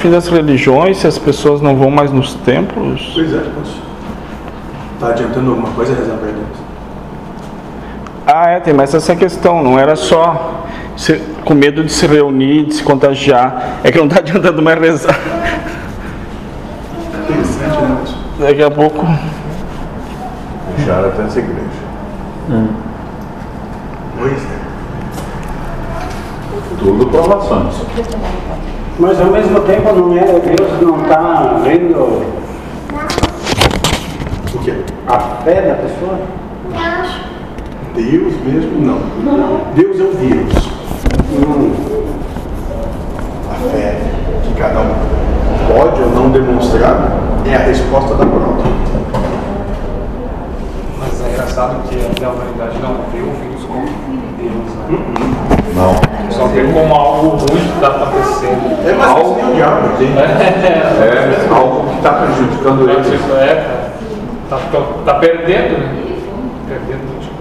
fim das religiões, se as pessoas não vão mais nos templos, Pois é, moço. Tá adiantando alguma coisa rezar pra Deus? Ah, é, tem mais essa questão, não era só se- com medo de se reunir, de se contagiar. É que não tá adiantando mais rezar. Interessante, né, moço? Daqui a pouco. Fecharam até essa igreja. Pois é. Tudo provações. Mas ao mesmo tempo não é, Deus não está vendo O quê? a fé da pessoa? Deus mesmo? Não. Deus é o vírus. Então, A fé que cada um pode ou não demonstrar é a resposta da prova. Mas é engraçado que até a humanidade não vê o vírus como Deus, né? Não. Só vê como algo ruim que está acontecendo. É mais algo. que o diabo, É, entende? é, um É algo que está prejudicando é, eles. tipo, é, tá, tá, tá perdendo, né? Perdendo, tipo,